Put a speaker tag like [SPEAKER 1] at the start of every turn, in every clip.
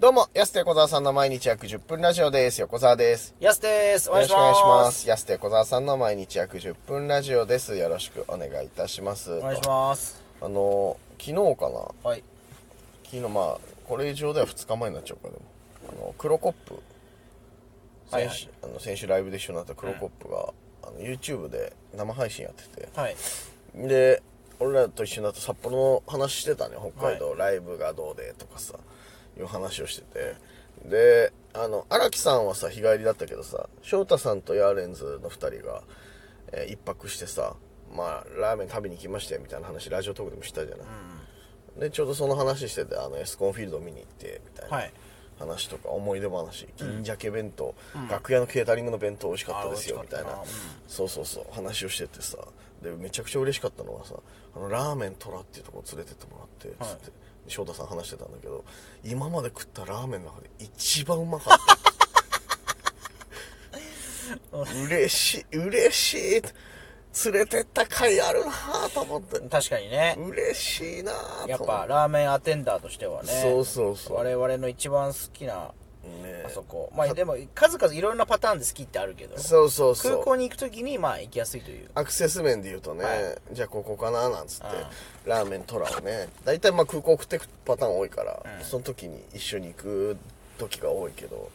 [SPEAKER 1] どうも、安手小沢さんの毎日約10分ラジオです。横澤です。
[SPEAKER 2] やすです。お
[SPEAKER 1] よろし
[SPEAKER 2] 願いし
[SPEAKER 1] くお願いし
[SPEAKER 2] ま。
[SPEAKER 1] ますす。安手小沢さんの毎日約10分ラジオです。よろしくお願いいたします。
[SPEAKER 2] お願いします。
[SPEAKER 1] あの、昨日かな
[SPEAKER 2] はい。
[SPEAKER 1] 昨日、まあ、これ以上では2日前になっちゃうから、でもあの、黒コップ、
[SPEAKER 2] はい
[SPEAKER 1] 先
[SPEAKER 2] はい
[SPEAKER 1] 週、あの先週ライブで一緒になった黒コップが、あの YouTube で生配信やってて、
[SPEAKER 2] はい。
[SPEAKER 1] で俺らと一緒になって札幌の話してたね北海道、ライブがどうでとかさいう話をしててであの荒木さんはさ日帰りだったけどさ翔太さんとヤーレンズの2人が、えー一泊してさまあラーメン食べに行きましたよみたいな話ラジオトークでもしたじゃない、でちょうどその話しててあのエスコンフィールド見に行ってみたいな、
[SPEAKER 2] はい
[SPEAKER 1] 話とか思い出話銀鮭弁当、楽屋のケータリングの弁当美味しかったですよ
[SPEAKER 2] あー
[SPEAKER 1] みたいな、
[SPEAKER 2] 美味しかったな
[SPEAKER 1] そうそうそう話をしててさでめちゃくちゃ嬉しかったのはさあのラーメントラっていうとこ連れてってもらってつって、翔太さん話してたんだけど今まで食ったラーメンの中で一番うまかっ た嬉しい嬉しい連れてった甲斐あるなと思って
[SPEAKER 2] 確かにね。
[SPEAKER 1] 嬉しいなと
[SPEAKER 2] やっぱ
[SPEAKER 1] ね、
[SPEAKER 2] ラーメンアテンダーとしてはね。
[SPEAKER 1] そうそうそう
[SPEAKER 2] 我々の一番好きな、
[SPEAKER 1] ね
[SPEAKER 2] あそこ。まあでも、数々いろんなパターンで好きってあるけど。
[SPEAKER 1] そうそうそう
[SPEAKER 2] 空港に行くときに、まあ行きやすいという。
[SPEAKER 1] アクセス面で言うとね、
[SPEAKER 2] は
[SPEAKER 1] じゃあここかななんつって、ラーメントラをね大体まあ空港送ってくパターン多いから、その時に一緒に行く時が多いけど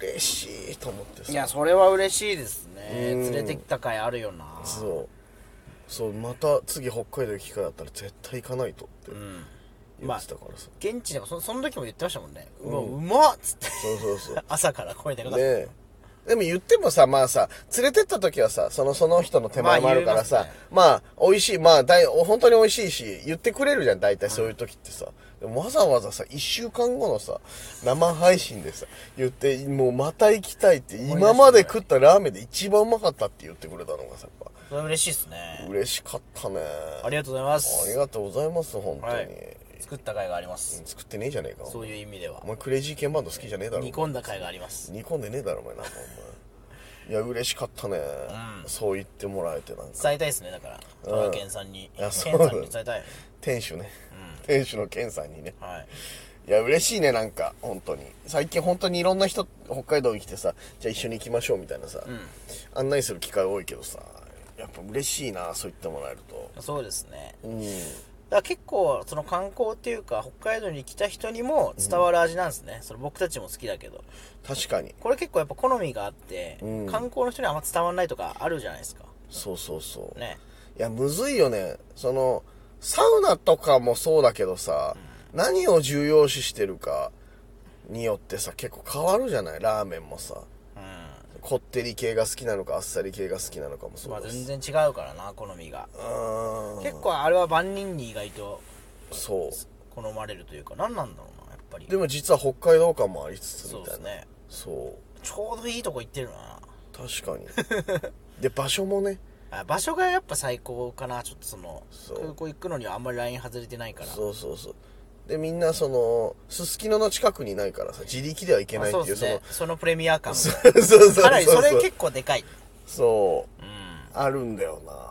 [SPEAKER 1] 嬉しいと思ってさ
[SPEAKER 2] いや、それは嬉しいですね。
[SPEAKER 1] うん
[SPEAKER 2] 連れてきた回あるよな。
[SPEAKER 1] そうそうまた次北海道行く機会あったら絶対行かないとって言ってたからさ、
[SPEAKER 2] 現地でもそ、その時も言ってましたもんね。うわ、うまっつって。
[SPEAKER 1] そうそうそう
[SPEAKER 2] 朝から声でかか
[SPEAKER 1] ね
[SPEAKER 2] った。
[SPEAKER 1] えでも言ってもさ、まあさ、連れてった時はさ、その、その人の手前もあるからさ、まあ、美味しい、まあ、だい、本当に美味しいし、言ってくれるじゃん、大体そういう時ってさ。でもわざわざさ、一週間後のさ、生配信でさ、言って、もうまた行きたいって、今まで食ったラーメンで一番うまかったって言ってくれたのがさ、やっ
[SPEAKER 2] それは嬉しいです
[SPEAKER 1] ぱ
[SPEAKER 2] ね。
[SPEAKER 1] 嬉しかったね。
[SPEAKER 2] ありがとうございます。
[SPEAKER 1] ありがとうございます、本当に。
[SPEAKER 2] はい作った回があります。
[SPEAKER 1] 作ってねえじゃねえか。
[SPEAKER 2] そういう意味では
[SPEAKER 1] お。前クレイジーケンバンド好きじゃねえだろ。
[SPEAKER 2] 煮込んだ回があります。
[SPEAKER 1] 煮込んでねえだろお前なんかお前いや嬉しかったね、そう言ってもらえてなんか
[SPEAKER 2] 伝えたいですね、だから。
[SPEAKER 1] ん
[SPEAKER 2] トラケンさんに。
[SPEAKER 1] い
[SPEAKER 2] ケ
[SPEAKER 1] や
[SPEAKER 2] ン
[SPEAKER 1] そ
[SPEAKER 2] さ
[SPEAKER 1] うんだね
[SPEAKER 2] に伝えたい。
[SPEAKER 1] 店主ね、店主のケンさんにね
[SPEAKER 2] はい。
[SPEAKER 1] いや嬉しいねなんか本当に最近本当にいろんな人北海道に来てさじゃあ一緒に行きましょうみたいなさ、案内する機会多いけどさやっぱ嬉しいなそう言ってもらえると
[SPEAKER 2] そうですね。
[SPEAKER 1] うん
[SPEAKER 2] だから結構、その観光っていうか、北海道に来た人にも伝わる味なんですね。それ僕たちも好きだけど。
[SPEAKER 1] 確かに
[SPEAKER 2] これ結構やっぱ好みがあって、
[SPEAKER 1] うん
[SPEAKER 2] 観光の人にあんま伝わんないとかあるじゃないですか。
[SPEAKER 1] そうそうそう、
[SPEAKER 2] ね。
[SPEAKER 1] いやむずいよねそのサウナとかもそうだけどさ、何を重要視してるかによってさ結構変わるじゃないラーメンもさ
[SPEAKER 2] うん。
[SPEAKER 1] こってり系が好きなのかあっさり系が好きなのかもそ
[SPEAKER 2] ま
[SPEAKER 1] う
[SPEAKER 2] あ
[SPEAKER 1] だ
[SPEAKER 2] 全
[SPEAKER 1] し、
[SPEAKER 2] 然違うからな、好みが。
[SPEAKER 1] うーん
[SPEAKER 2] 結構あれは万人に意外と
[SPEAKER 1] そ
[SPEAKER 2] 好まれるというか、何なんだろうな、やっぱり
[SPEAKER 1] うで。も実は北海道感もありつつ
[SPEAKER 2] そ
[SPEAKER 1] み
[SPEAKER 2] う
[SPEAKER 1] た
[SPEAKER 2] で
[SPEAKER 1] いな
[SPEAKER 2] すね。
[SPEAKER 1] そう
[SPEAKER 2] ちょうどいいとこ行ってるな。
[SPEAKER 1] 確かに で場所もね
[SPEAKER 2] あ場所がやっぱ最高かなちょっとその
[SPEAKER 1] そう
[SPEAKER 2] 空港行くのにはあんまりライン外れてないから
[SPEAKER 1] そうそうそうでみんなそのすすきのの近くにないからさ自力では行けないって
[SPEAKER 2] まあ
[SPEAKER 1] いう
[SPEAKER 2] そうで
[SPEAKER 1] そ
[SPEAKER 2] すねそのプレミア感か
[SPEAKER 1] の そうそうそう
[SPEAKER 2] なりそれ結構でかい
[SPEAKER 1] そう
[SPEAKER 2] うん
[SPEAKER 1] あるんだよな
[SPEAKER 2] は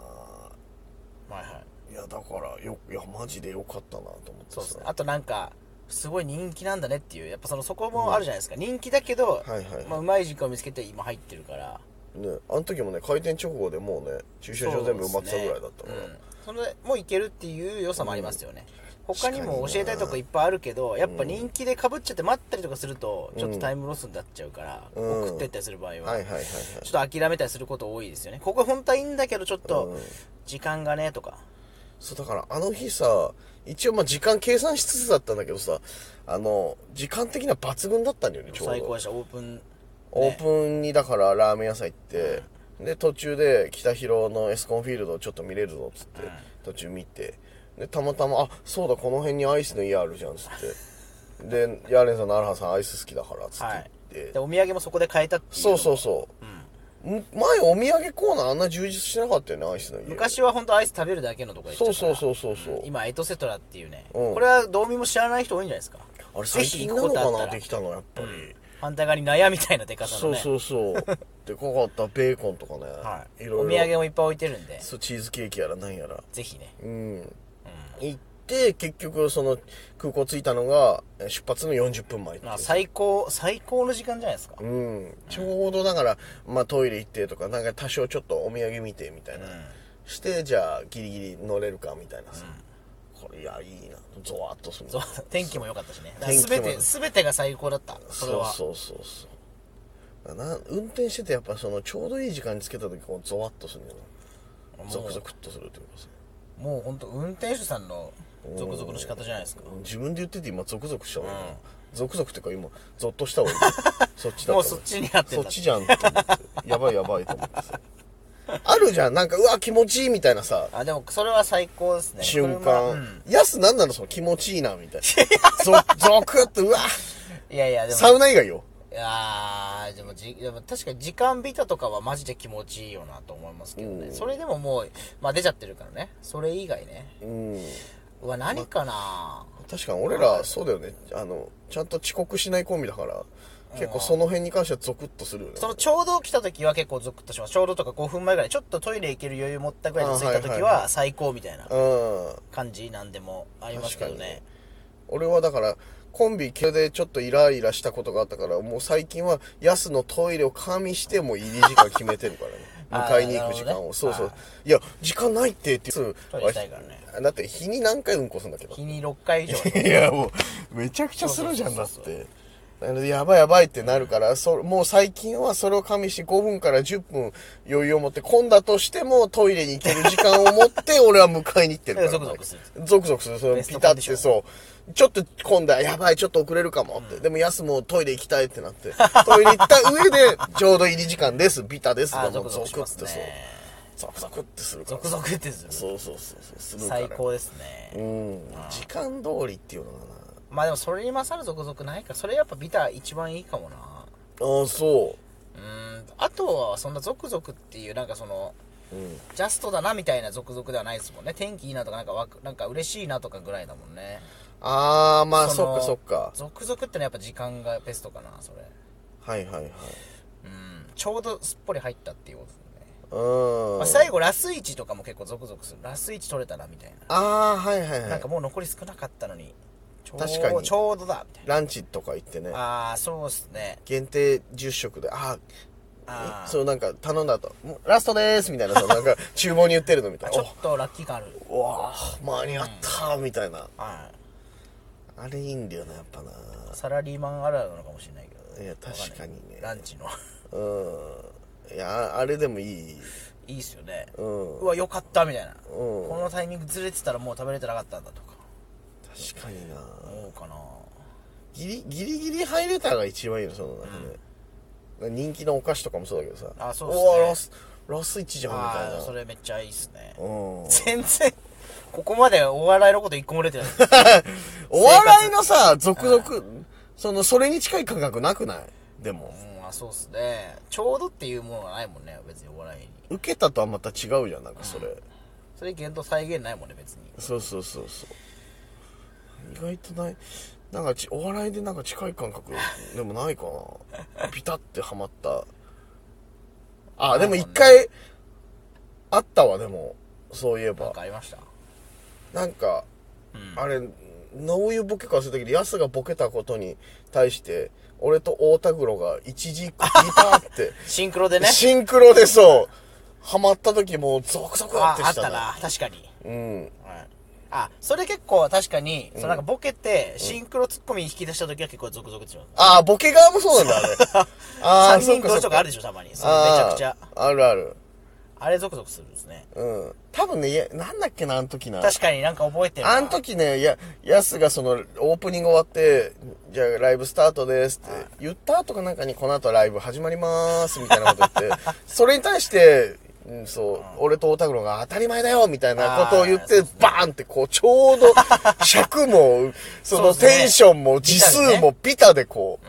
[SPEAKER 2] いはい
[SPEAKER 1] いやだからよいやマジでよかったなと思ってさ
[SPEAKER 2] そうですねあとなんかすごい人気なんだねっていうやっぱそのそこもあるじゃないですか、人気だけど、
[SPEAKER 1] はいはいはい
[SPEAKER 2] まあ、うまい時間を見つけて今入ってるから
[SPEAKER 1] ねあの時もね開店直後でもうね駐車場全部埋まってたぐらいだった
[SPEAKER 2] か、
[SPEAKER 1] からら、
[SPEAKER 2] うんそれもういけるっていう良さもありますよね、他に
[SPEAKER 1] 確かに
[SPEAKER 2] も
[SPEAKER 1] な
[SPEAKER 2] 教えたいとこいっぱいあるけどやっぱ人気でかぶっちゃって待ったりとかするとちょっとタイムロスになっちゃうから、
[SPEAKER 1] ん
[SPEAKER 2] 送ってったりする場合は、
[SPEAKER 1] はいはいはいはい
[SPEAKER 2] ちょっと諦めたりすること多いですよね。ここ本当はいいんだけど、ちょっと、時間がね、とか。
[SPEAKER 1] そうだからあの日さ一応まあ時間計算しつつだったんだけどさあの時間的な抜群だったんだよねちょうど
[SPEAKER 2] 最高でした、オープン。
[SPEAKER 1] オープンにだからラーメン屋さん行って、で途中で北広のエスコンフィールドをちょっと見れるぞっつって、途中見てでたまたま「あそうだこの辺にアイスの家あるじゃん」っつってでヤーレンさん奈良さんアイス好きだからっつっ
[SPEAKER 2] はい
[SPEAKER 1] て。言って、
[SPEAKER 2] で、お土産もそこで買えたっていう。
[SPEAKER 1] そうそうそう、ん前お土産コーナーあんな充実しなかったよねアイスの家
[SPEAKER 2] 昔は本当アイス食べるだけのとこで
[SPEAKER 1] そうそうそうそうそう
[SPEAKER 2] 今、エトセトラっていうね。
[SPEAKER 1] うん
[SPEAKER 2] これは道民も知らない人多いんじゃないですか。
[SPEAKER 1] あれ
[SPEAKER 2] ぜ
[SPEAKER 1] 最
[SPEAKER 2] ひ
[SPEAKER 1] 近
[SPEAKER 2] 行
[SPEAKER 1] な
[SPEAKER 2] く
[SPEAKER 1] の
[SPEAKER 2] ことあ
[SPEAKER 1] か
[SPEAKER 2] っ
[SPEAKER 1] な
[SPEAKER 2] た
[SPEAKER 1] っ
[SPEAKER 2] ら
[SPEAKER 1] て。きたのやっぱり、
[SPEAKER 2] 反対側に悩みたいなデカさ
[SPEAKER 1] そ
[SPEAKER 2] の
[SPEAKER 1] う
[SPEAKER 2] ね。
[SPEAKER 1] そう そうでこかったベーコンとかね、
[SPEAKER 2] はい。
[SPEAKER 1] いろいろ
[SPEAKER 2] お土産もいっぱい置いてるんで、
[SPEAKER 1] そうチーズケーキやらなんやら
[SPEAKER 2] ぜひね。
[SPEAKER 1] うん行っって、結局、その、空港着いたのが、えー出発の40分前っていう
[SPEAKER 2] まあ、最高、最高の時間じゃないですか。
[SPEAKER 1] うん。ちょうどだから、まあトイレ行ってとか、なんか多少ちょっとお土産見てみたいな。して、じゃあギリギリ乗れるかみたいなさ。これ、いや、いいな。ゾワッとするの
[SPEAKER 2] そう、天気も良かったしね。
[SPEAKER 1] 天気
[SPEAKER 2] すべ
[SPEAKER 1] も良
[SPEAKER 2] て、
[SPEAKER 1] かった
[SPEAKER 2] すべてが最高だった。それは。
[SPEAKER 1] そうそうそうそうな運転しててやっぱそのちょうどいい時間につけた時こうゾワッとするんだよな
[SPEAKER 2] もう
[SPEAKER 1] ゾクゾクっとするというかさ
[SPEAKER 2] もう本当運転手さんのゾクゾクの仕方じゃないですか。
[SPEAKER 1] 自分で言ってて今ゾクゾクしたわ、
[SPEAKER 2] うん
[SPEAKER 1] ゾクゾクっていうか今ゾッとしたわ そっちだ
[SPEAKER 2] もうそっちに合って
[SPEAKER 1] そ
[SPEAKER 2] た
[SPEAKER 1] っちじゃんって思ってやばいやばいと思ってさあるじゃんなんかうわ気持ちいいみたいなさ
[SPEAKER 2] あ、でもそれは最高ですね。
[SPEAKER 1] 瞬
[SPEAKER 2] 車う
[SPEAKER 1] 間
[SPEAKER 2] ん、
[SPEAKER 1] やすなんなのその気持ちいいなみたいなゾゾクッとうわ
[SPEAKER 2] いやいや、でも。
[SPEAKER 1] サウナ以外よ
[SPEAKER 2] いやーでもじ、でも確かに時間ビタとかはマジで気持ちいいよなと思いますけどね。それでももう、まあ出ちゃってるからね。それ以外ね。
[SPEAKER 1] うん
[SPEAKER 2] うわ、何かな
[SPEAKER 1] 確かに俺らそうだよねあのちゃんと遅刻しないコンビだから結構その辺に関してはゾクッとするよね
[SPEAKER 2] そのちょうど来た時は結構ゾクッとします。ちょうどとか5分前ぐらい、ちょっとトイレ行ける余裕持ったぐらいで着いた
[SPEAKER 1] あはい
[SPEAKER 2] 時
[SPEAKER 1] はい
[SPEAKER 2] は最高みたいな
[SPEAKER 1] うん
[SPEAKER 2] 感じなんでもありますけどね。
[SPEAKER 1] 俺はだからコンビ系でちょっとイライラしたことがあったからもう最近はヤスのトイレを加味してもう入り時間決めてる からね
[SPEAKER 2] あー
[SPEAKER 1] 迎えに行く時間を、
[SPEAKER 2] なるほどね
[SPEAKER 1] そうそう
[SPEAKER 2] はい
[SPEAKER 1] や時間ないってってそう
[SPEAKER 2] トイレ行きたいからね
[SPEAKER 1] だって日に何回うんこするんだけど
[SPEAKER 2] 日に6回以上は。
[SPEAKER 1] いやもうめちゃくちゃするじゃんだっ
[SPEAKER 2] そ
[SPEAKER 1] てなのでやばいやばいってなるからそもう最近はそれを加味して5分から10分余裕を持って混んだとしてもトイレに行ける時間を持って俺は迎 えに行ってるから
[SPEAKER 2] ゾクゾクする
[SPEAKER 1] ゾクゾクするその
[SPEAKER 2] ベス
[SPEAKER 1] ピ
[SPEAKER 2] ト
[SPEAKER 1] タ
[SPEAKER 2] コン
[SPEAKER 1] っ
[SPEAKER 2] ディショ
[SPEAKER 1] て
[SPEAKER 2] ン
[SPEAKER 1] そうちょっと混んだやばいちょっと遅れるかもって、でもやすもトイレ行きたいってなってトイレ行った上でちょうど入り時間ですビタです
[SPEAKER 2] あ
[SPEAKER 1] が
[SPEAKER 2] ー
[SPEAKER 1] も
[SPEAKER 2] ゾ
[SPEAKER 1] う
[SPEAKER 2] ク
[SPEAKER 1] ゾク
[SPEAKER 2] ゾク
[SPEAKER 1] っ
[SPEAKER 2] してます
[SPEAKER 1] そう
[SPEAKER 2] ね。
[SPEAKER 1] ゾクゾクってするか
[SPEAKER 2] ゾ
[SPEAKER 1] ら
[SPEAKER 2] クゾクってする。
[SPEAKER 1] そうそうそうそうするから
[SPEAKER 2] 最高ですね。
[SPEAKER 1] うん時間通りっていうのかな
[SPEAKER 2] まあでもそれに勝る続々ないからそれやっぱビタ一番いいかもな
[SPEAKER 1] ああそう
[SPEAKER 2] ーんあとはそんな続々っていうなんかその
[SPEAKER 1] う、うん、
[SPEAKER 2] ジャストだなみたいな続々ではないですもんね天気いいなとかなんかわくなんか嬉しいなとかぐらいだもんね
[SPEAKER 1] ああまあそ
[SPEAKER 2] の
[SPEAKER 1] っかそっか
[SPEAKER 2] 続々ってのはやっぱ時間がベストかなそれ
[SPEAKER 1] はいはいはい
[SPEAKER 2] うんちょうどすっぽり入ったっていうことですね、
[SPEAKER 1] うん
[SPEAKER 2] まあ、最後ラス1とかも結構続々するラス1取れたなみたいな、
[SPEAKER 1] ああはいはいは
[SPEAKER 2] なん
[SPEAKER 1] い
[SPEAKER 2] かもう残り少なかったのにちょう
[SPEAKER 1] 確かに
[SPEAKER 2] ちょうどだみたい
[SPEAKER 1] ランチとか行ってね
[SPEAKER 2] なああそうっすね
[SPEAKER 1] 限定10食であ
[SPEAKER 2] あ
[SPEAKER 1] あ
[SPEAKER 2] あ
[SPEAKER 1] そうなんか頼んだ後もうラストでーすみたいなさなんか厨房に言ってるのみたい
[SPEAKER 2] ちょ
[SPEAKER 1] な
[SPEAKER 2] っとラッキー感ある
[SPEAKER 1] おうわあ間に合ったーみたいな
[SPEAKER 2] はい
[SPEAKER 1] あれいいんだよなやっぱな
[SPEAKER 2] サラリーマンあるあるなのかもしれないけど
[SPEAKER 1] いや確かにね
[SPEAKER 2] ランチの
[SPEAKER 1] うんいやあれでもいい
[SPEAKER 2] いいっすよね、
[SPEAKER 1] う
[SPEAKER 2] うんわよかったみたいな、
[SPEAKER 1] うん
[SPEAKER 2] このタイミングずれてたらもう食べれてなかったんだとか
[SPEAKER 1] 確かにな
[SPEAKER 2] 思うかな
[SPEAKER 1] ギリギリギリ入れたが一番いいのその中で、人気のお菓子とかもそうだけどさ
[SPEAKER 2] あそうっす
[SPEAKER 1] う
[SPEAKER 2] ね
[SPEAKER 1] わラスラス1じゃんみたい
[SPEAKER 2] あ
[SPEAKER 1] な
[SPEAKER 2] あそれめっちゃいいっすね
[SPEAKER 1] うんお
[SPEAKER 2] 全然ここまでお笑いのこと一個も出てない
[SPEAKER 1] 笑いのさ続々そのそれに近い感覚なくないでも
[SPEAKER 2] うんあそうっすねちょうどっていうものはないもんね別にお笑いに
[SPEAKER 1] 受けたとはまた違うじゃんなんかそれ、
[SPEAKER 2] それ限度再現ないもんね別に
[SPEAKER 1] そうそうそうそう意外とないなんかちお笑いでなんか近い感覚でもないかなピタってはまったあでも一回あったわでもそういえ
[SPEAKER 2] なん
[SPEAKER 1] ば
[SPEAKER 2] かありました
[SPEAKER 1] なんか、
[SPEAKER 2] うん
[SPEAKER 1] あれ、どういうボケか忘れたけど、ヤスがボケたことに対して、俺と大田黒が一 時、ビターって、
[SPEAKER 2] シンクロでね
[SPEAKER 1] シンクロでそう、ハマった時もうゾクゾクっ
[SPEAKER 2] あ
[SPEAKER 1] て
[SPEAKER 2] あ
[SPEAKER 1] し
[SPEAKER 2] ったた
[SPEAKER 1] な。
[SPEAKER 2] な確かに
[SPEAKER 1] うん。
[SPEAKER 2] はいあそれ結構確かに、そのなんかボケてシンクロツッコミ引き出した時は結構ゾクゾクします
[SPEAKER 1] ああ、ボケ側もそうなんだ、 あれ。あ
[SPEAKER 2] 三
[SPEAKER 1] あ、そう
[SPEAKER 2] 人
[SPEAKER 1] か
[SPEAKER 2] 同
[SPEAKER 1] そう
[SPEAKER 2] 士とかあるでしょたまにそれめちゃ
[SPEAKER 1] あ
[SPEAKER 2] くちゃ
[SPEAKER 1] ーあるある。
[SPEAKER 2] あれゾクゾクするんですね
[SPEAKER 1] うん。多分ね、いやなんだっけな、あの時な。
[SPEAKER 2] 確かになんか覚えてる な
[SPEAKER 1] あの時ね、や、やすがその、オープニング終わって、じゃあライブスタートですって言った後かなんかに、この後ライブ始まりまーす、みたいなこと言って、 それに対して、うんそう、俺と大田黒が当たり前だよみたいなことを言って、バーンってこう、ちょ うど、尺も、その
[SPEAKER 2] そうですね
[SPEAKER 1] テンションも字数もビタでこ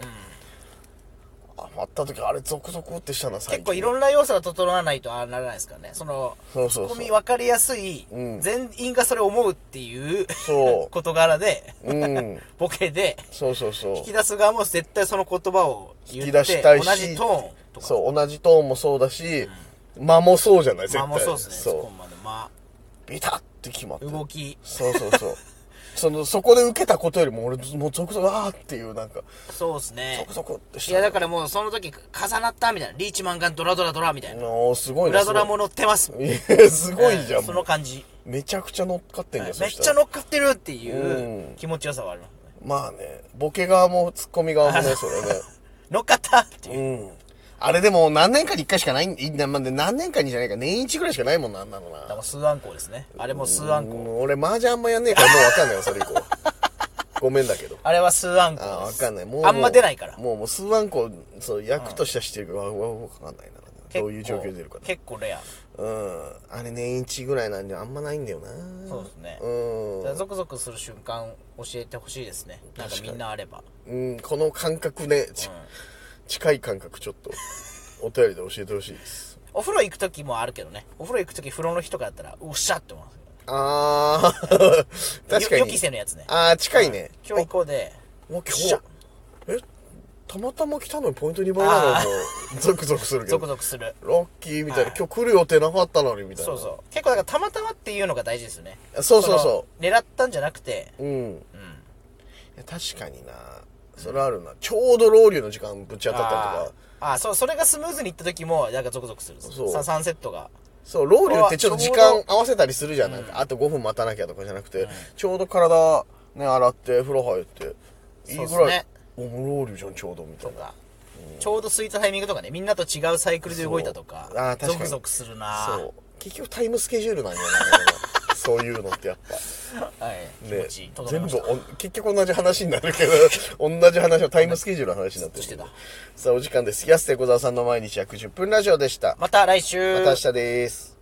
[SPEAKER 1] う、あ、待った時あれゾクゾクってしたな、最
[SPEAKER 2] 結
[SPEAKER 1] 近。
[SPEAKER 2] 構いろんな要素が整わないとああならないですからねその
[SPEAKER 1] そうそうそう
[SPEAKER 2] ツッコミ分かりやすい、
[SPEAKER 1] うん
[SPEAKER 2] 全員がそれ思うっていう
[SPEAKER 1] そう
[SPEAKER 2] 事柄で、
[SPEAKER 1] うん。
[SPEAKER 2] ボケで
[SPEAKER 1] そうそうそう
[SPEAKER 2] 引き。出す側も絶対その言葉を言って
[SPEAKER 1] 引き出したいし
[SPEAKER 2] 同じトーンとか
[SPEAKER 1] そう、同じトーンもそうだし、間もそうじゃない、絶
[SPEAKER 2] ま
[SPEAKER 1] 対。
[SPEAKER 2] あもうそうですねツッコ
[SPEAKER 1] そ
[SPEAKER 2] ミまでま
[SPEAKER 1] う。ビタッて決まって
[SPEAKER 2] あ
[SPEAKER 1] る。
[SPEAKER 2] 動き
[SPEAKER 1] そうそうそう。その、そこで受けたことよりも、俺、もうゾクゾク、わーっていう、なんか、
[SPEAKER 2] そうです
[SPEAKER 1] ゾ
[SPEAKER 2] ね
[SPEAKER 1] クゾクってし
[SPEAKER 2] い
[SPEAKER 1] た。
[SPEAKER 2] やだからもうその時重なったみたいなリーチマンガンドラドラドラみたいな
[SPEAKER 1] おーすごいな
[SPEAKER 2] 裏ドラも乗ってま
[SPEAKER 1] す
[SPEAKER 2] す
[SPEAKER 1] ごいいやすごいじゃ
[SPEAKER 2] え
[SPEAKER 1] ん。
[SPEAKER 2] ーその感じ
[SPEAKER 1] めちゃくちゃ乗っかってんじゃん、
[SPEAKER 2] め
[SPEAKER 1] そ
[SPEAKER 2] っ
[SPEAKER 1] し
[SPEAKER 2] ち
[SPEAKER 1] た
[SPEAKER 2] ゃ
[SPEAKER 1] ら
[SPEAKER 2] 乗っかってるっていうう気持ちよさはある、ね、
[SPEAKER 1] まあね、ボケ側もツッコミ側もね、 それね。
[SPEAKER 2] 乗っかったっていう、
[SPEAKER 1] うん。あれでも何年かに一回しかない、いなまあで何年かにじゃないか、年一ぐらいしかないもんな、あんなの
[SPEAKER 2] だか
[SPEAKER 1] な。
[SPEAKER 2] ら数アンコウですねあれも数アンコウ
[SPEAKER 1] うん俺、麻雀あんまやんねえからもうわかんないよ、それ以降。ごめんだけど。
[SPEAKER 2] あれは数アンコ
[SPEAKER 1] あ
[SPEAKER 2] ウ
[SPEAKER 1] あ、
[SPEAKER 2] で
[SPEAKER 1] わ
[SPEAKER 2] す
[SPEAKER 1] かんない。もう。
[SPEAKER 2] あんま出ないから
[SPEAKER 1] もう、もう、数万個、そう、役としてはしてるから、わわわかんないな。
[SPEAKER 2] 結構
[SPEAKER 1] どういう状況で出るかね。
[SPEAKER 2] 結構レア
[SPEAKER 1] うん。あれ、年一ぐらいなんで、あんまないんだよな。
[SPEAKER 2] そうですね
[SPEAKER 1] うん
[SPEAKER 2] だからゾクゾクする瞬間教えてほしいですねなんかみんなあれば
[SPEAKER 1] うん、この感覚ね、ち近い感覚ちょっと、お便りで教えてほしいです。
[SPEAKER 2] お風呂行く時もあるけどねお風呂行く時風呂の日とかやったらおっしゃって思います
[SPEAKER 1] あー、確か
[SPEAKER 2] よ
[SPEAKER 1] に。
[SPEAKER 2] 予期せぬやつね
[SPEAKER 1] あー、近いね。
[SPEAKER 2] 今日行こうで
[SPEAKER 1] おもう今
[SPEAKER 2] よっし
[SPEAKER 1] 日
[SPEAKER 2] ゃ、
[SPEAKER 1] え、たまたま来たのにポイント2倍なのも
[SPEAKER 2] あー
[SPEAKER 1] う、ゾクゾクするけ
[SPEAKER 2] ゾク
[SPEAKER 1] ど。
[SPEAKER 2] ゾクする
[SPEAKER 1] ラッキーみたいな、
[SPEAKER 2] はい
[SPEAKER 1] 今日来る予定なかったのにみたいな。
[SPEAKER 2] そうそう結構だからたまたまっていうのが大事ですよね
[SPEAKER 1] そうそうそう
[SPEAKER 2] 狙ったんじゃなくて
[SPEAKER 1] う。うん。
[SPEAKER 2] うん
[SPEAKER 1] いや確かになそれあるな、ちょうどロウリュの時間ぶち当たったり
[SPEAKER 2] あ
[SPEAKER 1] とか
[SPEAKER 2] ーあーそうそれがスムーズにいった時もなんかゾクゾクする
[SPEAKER 1] そう
[SPEAKER 2] さサンセットが
[SPEAKER 1] そうロウリュってちょっと時間
[SPEAKER 2] あ
[SPEAKER 1] 合わせたりするじゃんなんか、あと5分待たなきゃとかじゃなくて、ちょうど体ね洗って風呂入っていい
[SPEAKER 2] そうっ
[SPEAKER 1] ぐ
[SPEAKER 2] す
[SPEAKER 1] らい
[SPEAKER 2] ね
[SPEAKER 1] おもうロウリュじゃんちょうどみた
[SPEAKER 2] と
[SPEAKER 1] いな
[SPEAKER 2] か、ちょうど空いたタイミングとかねみんなと違うサイクルで動いたとか
[SPEAKER 1] そうあー確かに
[SPEAKER 2] ゾクゾクするな
[SPEAKER 1] そう結局タイムスケジュールなんやなそういうのってやっぱ
[SPEAKER 2] はい、気
[SPEAKER 1] ね
[SPEAKER 2] 持ちいい整い
[SPEAKER 1] 全
[SPEAKER 2] ま
[SPEAKER 1] 部
[SPEAKER 2] した
[SPEAKER 1] おん結局同じ話になるけど同じ話をタイムスケジュールの話になってる
[SPEAKER 2] ずっとして
[SPEAKER 1] さあお時間です安手小沢さんの毎日約10分ラジオでした
[SPEAKER 2] また来週
[SPEAKER 1] また明日です